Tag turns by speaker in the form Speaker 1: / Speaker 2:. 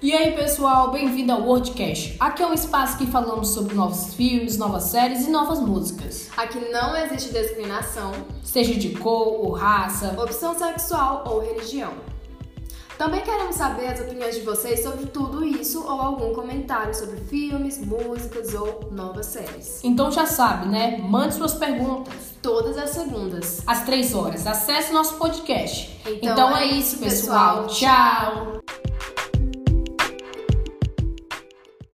Speaker 1: E aí pessoal, bem-vindo ao WordCast. Aqui é um espaço que falamos sobre novos filmes, novas séries e novas músicas.
Speaker 2: Aqui não existe discriminação,
Speaker 1: Seja de cor ou raça.
Speaker 2: opção sexual ou religião. Também queremos saber as opiniões de vocês sobre tudo isso ou algum comentário sobre filmes, músicas ou novas séries.
Speaker 1: Então já sabe, né? Mande suas perguntas.
Speaker 2: Todas as segundas.
Speaker 1: Às três horas, acesse nosso podcast.
Speaker 2: Então
Speaker 1: Então, é,
Speaker 2: é
Speaker 1: isso,
Speaker 2: isso,
Speaker 1: pessoal.
Speaker 2: pessoal.
Speaker 1: Tchau.